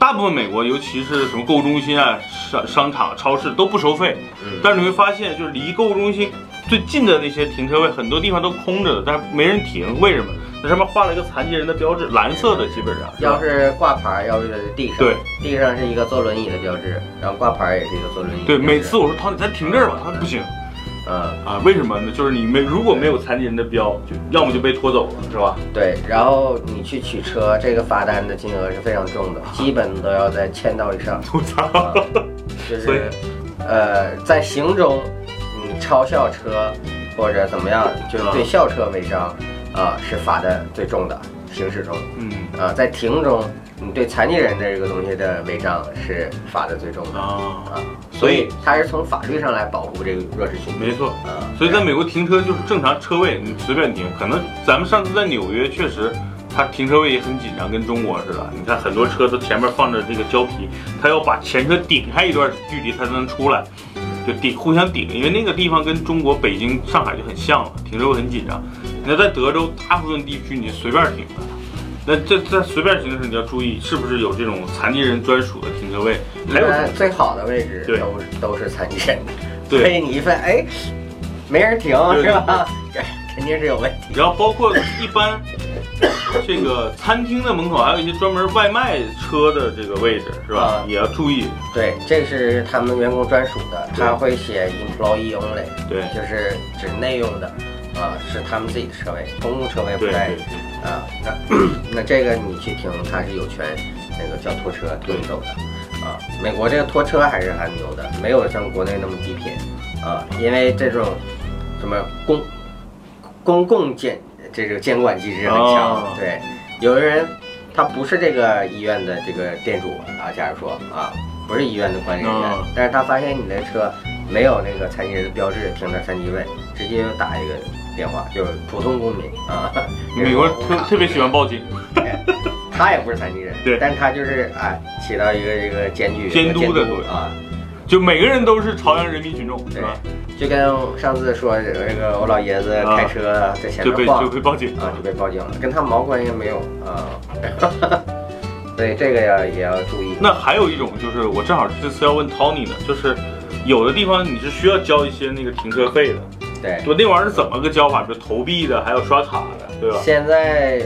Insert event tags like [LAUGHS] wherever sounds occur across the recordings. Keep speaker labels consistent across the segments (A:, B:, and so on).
A: 大部分美国，尤其是什么购物中心啊、商商场、超市都不收费，
B: 嗯，
A: 但是你会发现，就是离购物中心最近的那些停车位，很多地方都空着的，但是没人停，为什么？那上面画了一个残疾人的标志，蓝色的基本上，是吧
B: 要是挂牌儿，要不就是地上，
A: 对，
B: 地上是一个坐轮椅的标志，然后挂牌儿也是一个坐轮椅的标志。
A: 对，每次我说涛，你咱停这儿吧，他说不行
B: 嗯，
A: 啊，为什么呢？就是你没如果没有残疾人的标，就要么就被拖走了，是吧？
B: 对，然后你去取车，这个罚单的金额是非常重
A: 啊
B: 的，基本都要在千刀以上。
A: 吐槽， [LAUGHS]
B: 啊，就
A: 所以
B: 是，呃，在行中，你超校车或者怎么样，就是对校车违章，啊、是罚的最重的，行驶中。
A: 嗯
B: 啊、在停中，你对残疾人的这个东西的违章是罚的最重的。
A: 啊，
B: 啊，
A: 所
B: 所
A: 以
B: 以它是从法律上来保护这个弱势群体。
A: 没错。
B: 啊，
A: 所以在美国停车就是正常车位，你随便停。可能咱们上次在纽约确实，它停车位也很紧张，跟中国似的。你看很多车都前面放着这个胶皮，它要把前车顶开一段距离，它才能出来，就顶互相顶。因为那个地方跟中国北京、上海就很像了，停车位很紧张。你要在德州大部分地区你随便停的。那这在随便停的时候，你要注意是不是有这种残疾人专属的停车位，还有
B: 一般最好的位置
A: 对
B: 都都是残疾人的，
A: 对
B: 所以你一看，哎，没人停
A: 对
B: 是吧？这肯定是有问题。
A: 然后包括一般 [COUGHS] 这个餐厅的门口还有一些专门外卖车的这个位置，是吧？
B: 啊
A: 也要注意。
B: 对，这是他们员工专属的，
A: 对
B: 他会写 employee only，
A: 对
B: 就是指内用的，啊，是他们自己的车位，公共车位不
A: 对
B: 在
A: 对
B: 啊。那那这个你去停，他是有权那个叫拖车拖你走的，啊，美国这个拖车还是很牛的，没有像国内那么极品，啊，因为这种什么公公共监这个监管机制很强，
A: 哦
B: 对，有的人他不是这个医院的这个店主啊，假如说啊，不是医院的管理人员，
A: 嗯
B: 但是他发现你的车没有那个残疾人的标志，停在残疾位，直接就打一个电话，就是普通公民啊。
A: 对，美国人特特别喜欢报警，
B: 哎他也不是残疾人，
A: 对
B: 但他就是啊，起到一个这个监狱
A: 监督的作用
B: 啊，
A: 就每个人都是朝阳人民群众，是
B: 对
A: 吧？，啊
B: 就跟上次说这个我老爷子开车在前
A: 就被
B: 面晃
A: 就，被报警
B: 啊，就被报警了，跟他毛关系没有啊。 [LAUGHS] 所以这个呀也要注意。
A: 那还有一种就是，我正好这次要问 Tony 的，就是有的地方你是需要交一些那个停车费的，
B: 对，
A: 对，那玩意儿是怎么个交法？比如投币的，还有刷卡的，对吧？
B: 现在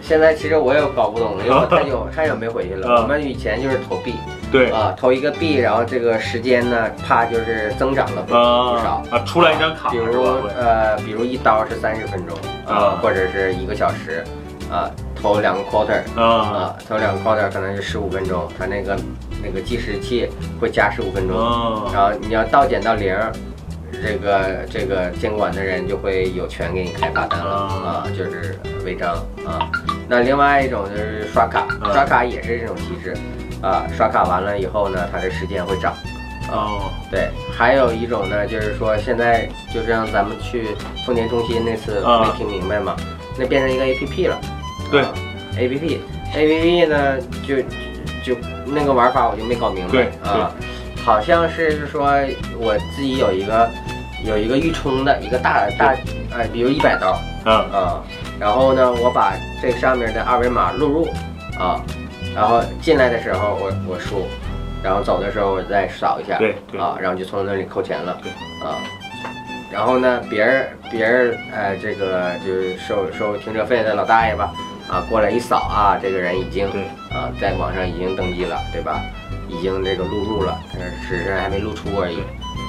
B: 现在其实我也搞不懂，因为我
A: [LAUGHS]
B: 太久太久没回去了。
A: 啊
B: 我们以前就是投币
A: 对，
B: 啊，投一个币，然后这个时间呢，啪就是增长了不不
A: 啊
B: 呃少。
A: 啊，出来一张卡
B: 比
A: 是
B: 如
A: 吧？
B: 呃，比如一刀是三十分钟
A: 啊
B: 啊，或者是一个小时啊，投两个 quarter
A: 啊
B: 啊，投两个 quarter 可能是十五分钟，它那个那个计时器会加十五分钟。
A: 啊，
B: 然后你要到减到零儿，这个这个监管的人就会有权给你开罚单了
A: 啊
B: 啊，就是违章啊。那另外一种就是刷卡，
A: 嗯
B: 刷卡也是这种机制啊，刷卡完了以后呢，它的时间会涨。
A: 哦，
B: 对，还有一种呢，就是说现在就像咱们去丰田中心那次
A: 啊
B: 没听明白嘛，那变成一个 A P P 了。啊
A: 对
B: ，A P P A P P 呢，就就那个玩法我就没搞明白。
A: 对
B: 啊，好像是是说我自己有一个有一个预充的一个大大呃，比如一百刀
A: 嗯
B: 啊，然后呢，我把这上面的二维码录入啊，然后进来的时候我我输，然后走的时候我再扫一下，
A: 对对
B: 啊，然后就从那里扣钱了，
A: 对
B: 啊。然后呢，别人别人呃，这个就是收收停车费的老大爷吧，啊，过来一扫啊，这个人已经
A: 对
B: 啊，在网上已经登记了，对吧？已经这个录入了，但是只是还没露出而已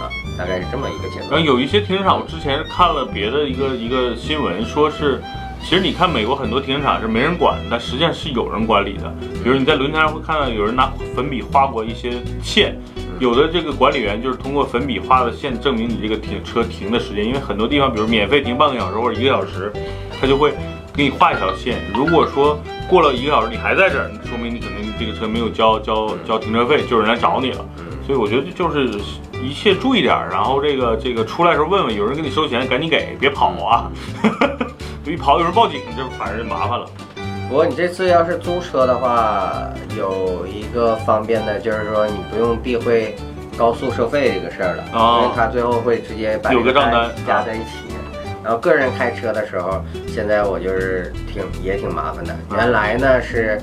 B: 啊，大概是这么一个结
A: 然后
B: 论。
A: 有一些停车场，我之前看了别的一个一个新闻，说是，其实你看美国很多停车场是没人管，但实际上是有人管理的。比如你在轮胎上会看到有人拿粉笔画过一些线，有的这个管理员就是通过粉笔画的线证明你这个停车停的时间，因为很多地方比如免费停半个小时或者一个小时，他就会给你画一条线。如果说过了一个小时你还在这儿，说明你可能这个车没有交交交停车费，就有人来找你了。
B: 嗯
A: 所以我觉得就是一切注意点儿，然后这个这个出来时候问问，有人给你收钱赶紧给，别跑啊！ [LAUGHS] 一跑有人报警，这反正就麻烦了。
B: 不过你这次要是租车的话，有一个方便的就是说你不用避讳高速收费这个事儿了，
A: 哦
B: 因为他最后会直接啊把
A: 有个
B: 这
A: 账单
B: 加在一起。然后个人开车的时候，现在我就是挺也挺麻烦的。
A: 嗯
B: 原来呢是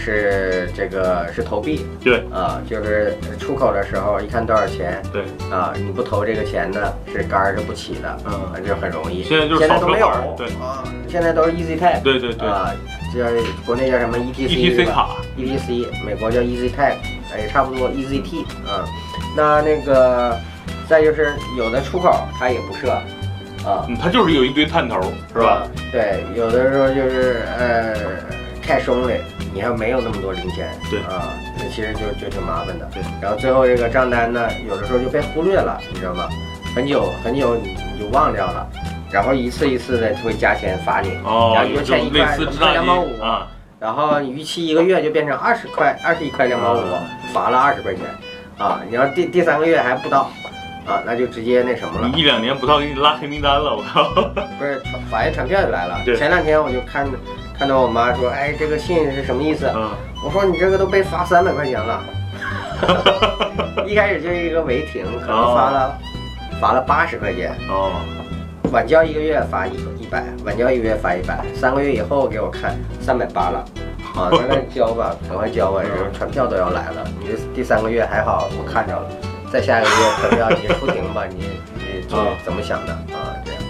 B: 是这个是投币
A: 对
B: 啊，就是出口的时候一看多少钱
A: 对，
B: 啊，你不投这个钱呢，是杆儿是不起的，
A: 嗯
B: 啊，就很容易。
A: 现在就是
B: 现在
A: 扫
B: 都
A: 车
B: 没有
A: 牌儿对
B: 啊，现在都是 Easy Tag，
A: 对对对
B: 啊，叫国内叫什么 E ETC
A: ，ETC
B: 吧
A: 卡，
B: ，ETC，美国叫 Easy Tag，哎也差不多 EZT 啊。那那个再就是有的出口它也不设啊，
A: 嗯，它就是有一堆探头，是吧？
B: 啊？对，有的时候就是呃太松了，你要没有那么多零钱，
A: 对
B: 啊，那其实就就挺麻烦的。
A: 对，
B: 然后最后这个账单呢，有的时候就被忽略了，你知道吗？很久很久你你就忘掉了，然后一次一次的会加钱罚你，
A: 哦
B: 然后，
A: 有
B: 就
A: 这
B: 欠一
A: 种类
B: 块
A: 似
B: 什么
A: 支
B: 两
A: 大
B: 毛五
A: 衣，啊，
B: 然后你逾期一个月就变成二十块，二十一块两毛五
A: 啊，
B: 罚了二十块钱，啊，你要第第三个月还不到，啊，那就直接那什么了
A: 啊你。一两年不到给你拉黑名单了，我
B: [LAUGHS]
A: 靠！
B: 不是传法院传票就来了。
A: 对
B: 前两天我就看看到我妈说，哎，这个信是什么意思？
A: 嗯，
B: 我说你这个都被罚三百块钱了。一开始就是一个违停，可能罚了、罚了八十块钱，
A: 哦，
B: 晚交一个月罚一一百，晚交一个月罚一百，三个月以后给我看三百八了。啊，那那交吧，赶快交吧，这传票都要来了。你这第三个月还好，我看着了，再下一个月传票你出庭吧，你你这
A: 啊
B: 怎么想的啊？这样。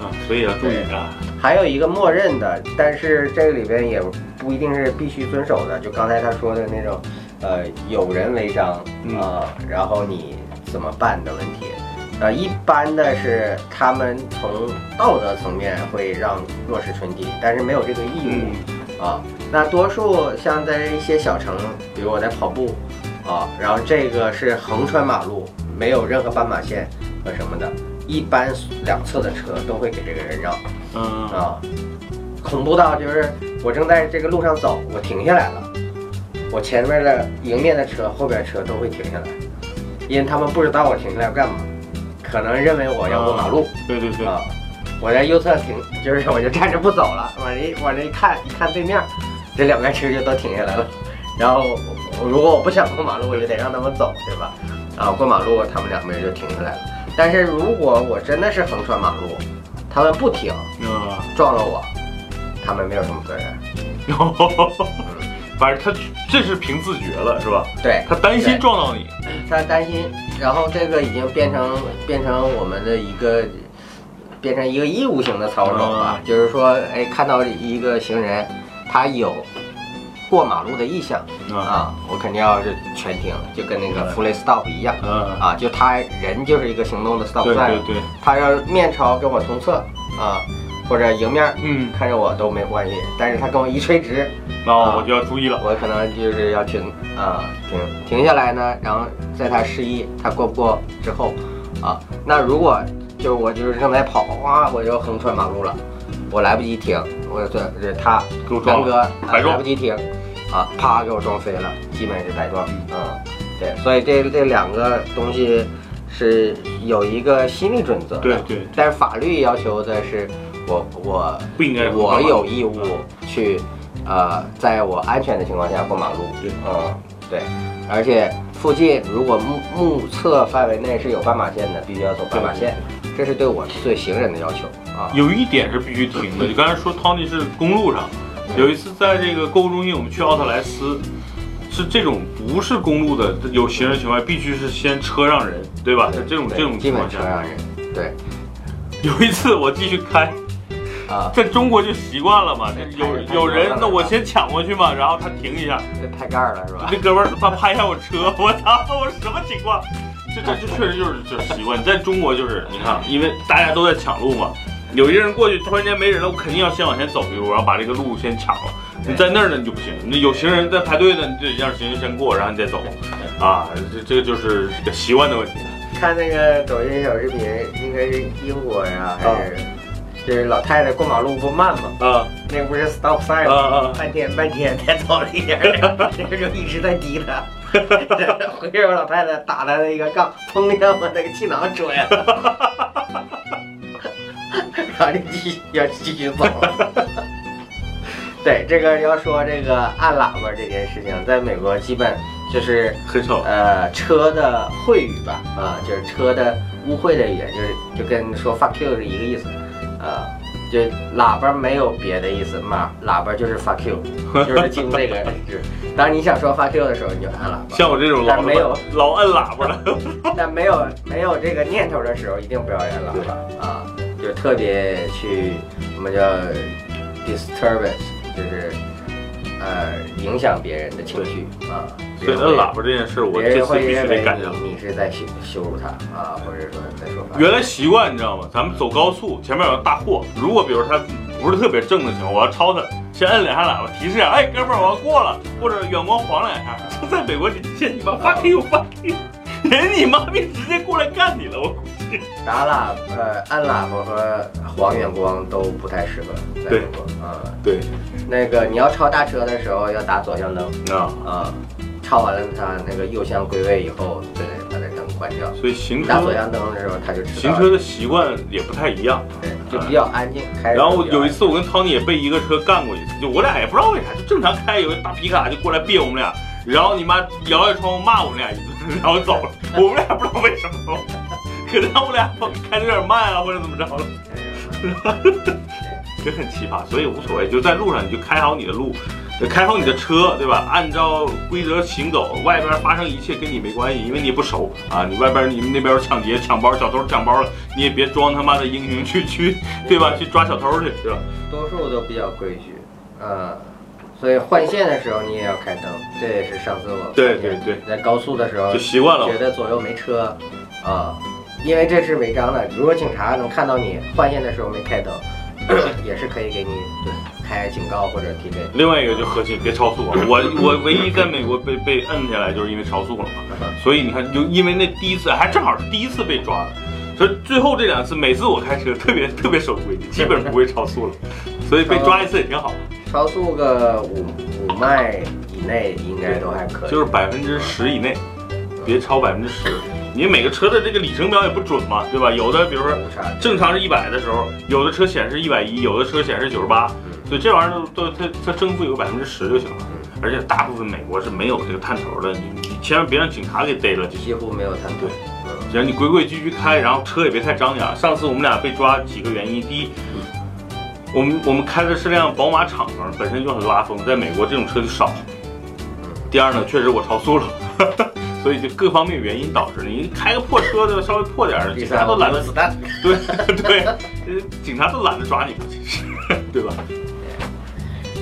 A: 啊，所以要注意啊，
B: 还有一个默认的，但是这个里边也不一定是必须遵守的，就刚才他说的那种，呃，有人违章啊、
A: 嗯
B: 然后你怎么办的问题。呃，一般的是他们从道德层面会让弱势群体，但是没有这个义务。
A: 嗯，
B: 啊，那多数像在一些小城，比如我在跑步啊，然后这个是横穿马路，没有任何斑马线和什么的，一般两侧的车都会给这个人让
A: 嗯，
B: 啊，恐怖到就是我正在这个路上走，我停下来了，我前面的迎面的车、后边车都会停下来，因为他们不知道我停下来干嘛，可能认为我要过马路。
A: 对对对，
B: 啊，我在右侧停，就是我就站着不走了，往这一往这一看，一看对面，这两边车就都停下来了。然后我我如果我不想过马路，我就得让他们走，对吧？啊，过马路他们两边就停下来了。但是如果我真的是横穿马路，他们不停
A: 嗯。 [LAUGHS]
B: 撞了我，他们没有什么责任。
A: 反正他这是凭自觉了，是吧？
B: 对
A: 他担
B: 对
A: 心撞到你，
B: 他担心，然后这个已经变成变成我们的一个变成一个义务性的操守了，
A: 嗯
B: 就是说，哎，看到一个行人，他有过马路的意向
A: 啊，
B: 啊，我肯定要是全停，就跟那个 fully stop 一样
A: 嗯，
B: 啊，就他人就是一个行动的 stop
A: 对
B: sign，
A: 对对，
B: 他要面朝跟我同侧啊，或者迎面
A: 嗯，
B: 看着我都没关系，但是他跟我一垂直，
A: 那我
B: 啊
A: 就要注意了，
B: 我可能就是要停啊、停停下来呢，然后在他示意他过不过之后，啊，那如果就是我就是正在跑啊，我就横穿马路了，我来不及停，我这这他
A: 给我
B: 南
A: 撞
B: 哥
A: 了，
B: 啊
A: 白
B: 来
A: 撞
B: 不，及停，啊，啪给我撞飞了，基本是白撞，嗯，对，所以这这两个东西是有一个心理准则的，
A: 对对，
B: 但是法律要求的是我我
A: 不应该
B: 我有义务
A: 嗯
B: 去，呃，在我安全的情况下过马路。
A: 对
B: 嗯，对，而且附近如果目目测范围内是有斑马线的，必须要走斑马线，这是对我对行人的要求啊。
A: 有一点是必须停的，你刚才说 Tony 是公路上，有一次在这个购物中心，我们去奥特莱斯，是这种不是公路的有行人情况下，必须是先车让人，对吧？啊是这种
B: 对
A: 这种
B: 基
A: 情
B: 本
A: 况
B: 车
A: 下
B: 让，人对
A: 有一次我继续开，
B: 啊，
A: 在中国就习惯了嘛，
B: 对
A: 有
B: 太
A: 有
B: 太麻烦
A: 人
B: 了
A: 那我先抢过去嘛，然后他停一下，
B: 这太盖儿了是吧
A: 那？哥们儿他拍一下我车， [LAUGHS] 我操，我什么情况？这这这确实就是这习惯，在中国就是你看，因为大家都在抢路嘛，有一个人过去突然间没人了，我肯定要先往前走一步，然后把这个路先抢了。你在那儿呢，你就不行，那有行人在排队呢，你就得让行人先过，然后你再走。啊，这这个就是这个习惯的问题。
B: 看那个抖音小视频，应该是英国呀、还是？就是老太太过马路不慢吗？
A: 啊
B: 那不是 stop sign
A: 啊
B: 吗？
A: 啊！
B: 半天半天 [LAUGHS] 才走了一点儿， [LAUGHS] 这个就一直在滴他。
A: [LAUGHS]
B: [LAUGHS] 回头老太太打他那个杠，砰一下把那个气囊戳下来了， [LAUGHS] 然后就继续要继续走 [LAUGHS] 了。对，这个要说这个按喇叭这件事情，在美国基本就是
A: 很少。
B: 呃车的秽语吧，啊、就是车的污秽的语言，就是就跟说 fuck you 是一个意思，啊、就喇叭没有别的意思，嘛，喇叭就是 fuck
A: [LAUGHS]
B: you，就是进这个。就是当你想说 fuck you 的时候，你就按喇叭。
A: 像我这种老
B: 但没有
A: 老摁喇叭的，
B: 但没有没有这个念头的时候，一定不要按喇叭啊，就特别去我们叫 disturbance，就是呃影响别人的情绪啊。
A: 所以摁喇叭这件事，我
B: 别
A: 这
B: 人
A: 次
B: 会
A: 必须
B: 认
A: 得
B: 为
A: 赶上。
B: 你你是在羞羞辱他啊，或者说在说 fuck you。
A: 原来习惯你知道吗？咱们走高速，前面有个大货，如果比如他不是特别正的情况，我要超他，先摁两下喇叭提示一下，哎，哥们儿，我要过了，或者远光晃两下。 [LAUGHS] 就在美国你直接你妈 fuck you fuck you，人你妈逼直接过来干你了，我
B: 打喇叭、呃按喇叭和黄远光都不太适合在
A: 对
B: 中国啊。
A: 对，
B: 那个你要超大车的时候要打左向灯
A: 啊，
B: 啊，超完了它那个右向归位以后，你再把这灯关掉。
A: 所以行
B: 打左
A: 车
B: 向灯的时候，它就知
A: 行
B: 道
A: 车
B: 了，
A: 的习惯也不太一样。
B: 对，就比较安静。开着
A: 然后
B: 比较
A: 有一
B: 安
A: 次我跟汤尼也被一个车干过一次，就我俩也不知道为啥，就正常开，有一大皮卡就过来别我们俩，然后你妈摇下窗户骂我们俩一顿， [LAUGHS] 然后走了，我们俩不知道为什么，可能我们俩开的有点慢啊，或者怎么着了，
B: 静哎
A: 这很奇葩，所以无所谓，就在路上你就开好你的路，就开好你的车，对吧？按照规则行走，外边发生一切跟你没关系，因为你也不熟啊。你外边你们那边抢劫、抢包，小偷抢包了，你也别装他妈的英雄去去，对吧？去抓小偷去，对吧？
B: 多数都比较规矩，呃，所以换线的时候你也要开灯，这也是上次我
A: 对对对，
B: 在高速的时候
A: 就习惯了
B: 觉。得左右没车，啊，因为这是违章的。如果警察能看到你换线的时候
A: [CLEARS THROAT]
B: 没开灯，也是可以给你对开警告或者提这
A: 另外一个就核心，别超速啊！我我唯一在美国被被摁下来，就是因为超速了嘛。所以你看，就因为那第一次，还正好是第一次被抓的，所以最后这两次，每次我开车特别特别守规矩，基本不会超速了。所以被抓一次也挺好，
B: 超速个五五迈以内应该都还可以。
A: 就是百分之十以内，别超百分之十。你每个车的这个里程表也不准嘛，对吧？有的比如说
B: 无差距
A: 正常是一百的时候，有的车显示一百一，有的车显示九十八，
B: 嗯
A: 所以这玩意儿都都它它增幅有百分之十就行了。
B: 嗯
A: 而且大部分美国是没有这个探头的，你你千万别让警察给逮了就行。
B: 几乎没有嗯探头
A: 对。只要你规规矩矩开，然后车也别太张扬。上次我们俩被抓几个原因，第一，我们我们开的是辆宝马敞篷，本身就很拉风，在美国这种车就少。
B: 嗯
A: 第二呢，确实我超速了， [LAUGHS] 所以就各方面原因导致的。你开个破车的，稍微破点儿，
B: 第
A: 警
B: 三
A: 察都懒得
B: 子弹。
A: 对 [LAUGHS] 对，呃警察都懒得抓你，其实， [LAUGHS] 对吧？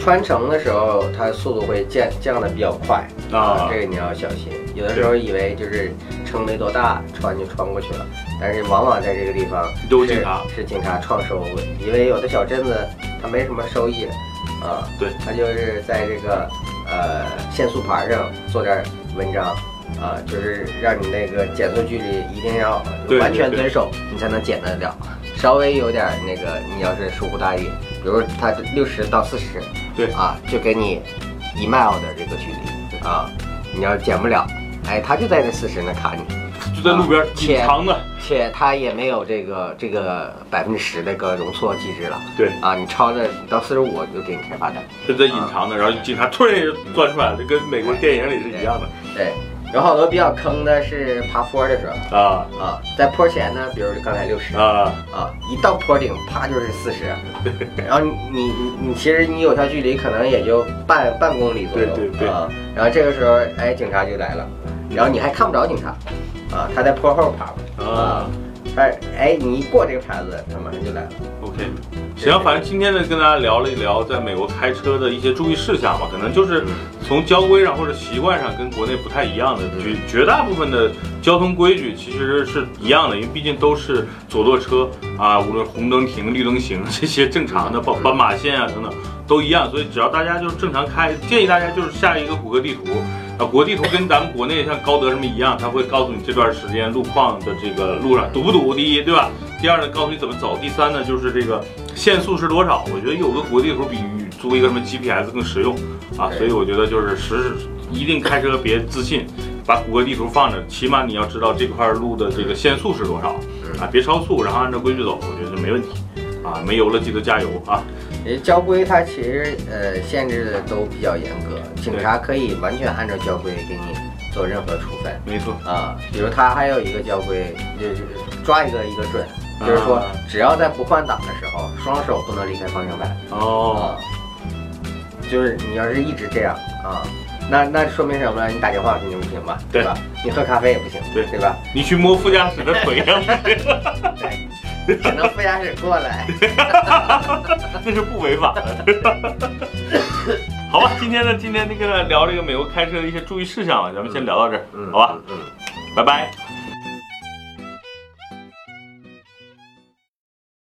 B: 穿城的时候，它速度会降降的比较快
A: 啊
B: 这个你要小心。有的时候以为就是城没多大，穿就穿过去了，但是往往在这个地方
A: 都有
B: 是
A: 警察
B: 是警察创收，因为有的小镇子它没什么收益，啊，
A: 对，
B: 它就是在这个呃限速牌上做点文章。啊，就是让你那个减速距离一定要
A: 对
B: 完全
A: 对对
B: 遵守，你才能减得了。稍微有点那个，你要是疏忽大意，比如它六十到四十，
A: 对
B: 啊，就给你一 mile 的这个距离啊，你要减不了，哎，他就在这四十呢卡你，
A: 就在路边儿
B: 啊
A: 隐藏的，
B: 且他也没有这个这个百分之十的个容错机制了
A: 对，
B: 啊，你超了到四十五就给你开罚单，
A: 就在隐藏的，然后警察突然就钻出来了，就跟美国电影里是一样的
B: 对。有好多比较坑的是爬坡的时候
A: 啊
B: 啊，在坡前呢，比如刚才六十
A: 啊，
B: 啊，一到坡顶啪就是四
A: [LAUGHS]
B: 十，然后你你你你其实你有效距离可能也就半半公里左右
A: 对对嗯对
B: 啊，然后这个时候哎警察就来了，然后你还看不着警察，啊他在坡后爬嘛
A: 啊，
B: 但是哎你一过这个牌子他马上就来了，
A: OK，行，反正今天呢，跟大家聊了一聊在美国开车的一些注意事项吧，可能就是从交规上或者习惯上跟国内不太一样的，绝绝大部分的交通规矩其实是一样的，因为毕竟都是左舵车啊，无论红灯停、绿灯行这些正常的，包斑马线啊等等都一样，所以只要大家就是正常开，建议大家就是下一个谷歌地图。啊，国地图跟咱们国内像高德什么一样，它会告诉你这段时间路况的这个路上堵不堵，第一，对吧？第二呢，告诉你怎么走；第三呢，就是这个限速是多少。我觉得有个国地图比租一个什么 GPS 更实用啊，
B: 对
A: 所以我觉得就是实时一定开车别自信，把谷歌地图放着，起码你要知道这块路的这个限速是多少啊，别超速，然后按照规矩走，我觉得就没问题啊。没油了记得加油啊！
B: 人交规它其实呃限制的都比较严格，警察可以完全按照交规给你做任何处分。
A: 没错，
B: 啊，比如他还有一个交规，就是抓一个一个准就是说
A: 啊
B: 只要在不换挡的时候，双手不能离开方向盘
A: 哦，
B: 啊。就是你要是一直这样啊，那那说明什么呢？你打电话肯定不行吧，
A: 对
B: 吧？你喝咖啡也不行，
A: 对
B: 对吧？
A: 你去摸副驾驶的腿上，
B: 对，只能副驾驶
A: [LAUGHS]
B: 过来。
A: 那是不违法的。 [LAUGHS] 好吧，今天呢，今天那个聊这个美国开车的一些注意事项吧，咱们先聊到这儿，
B: 嗯，
A: 好吧，
B: 嗯。嗯
A: 拜拜。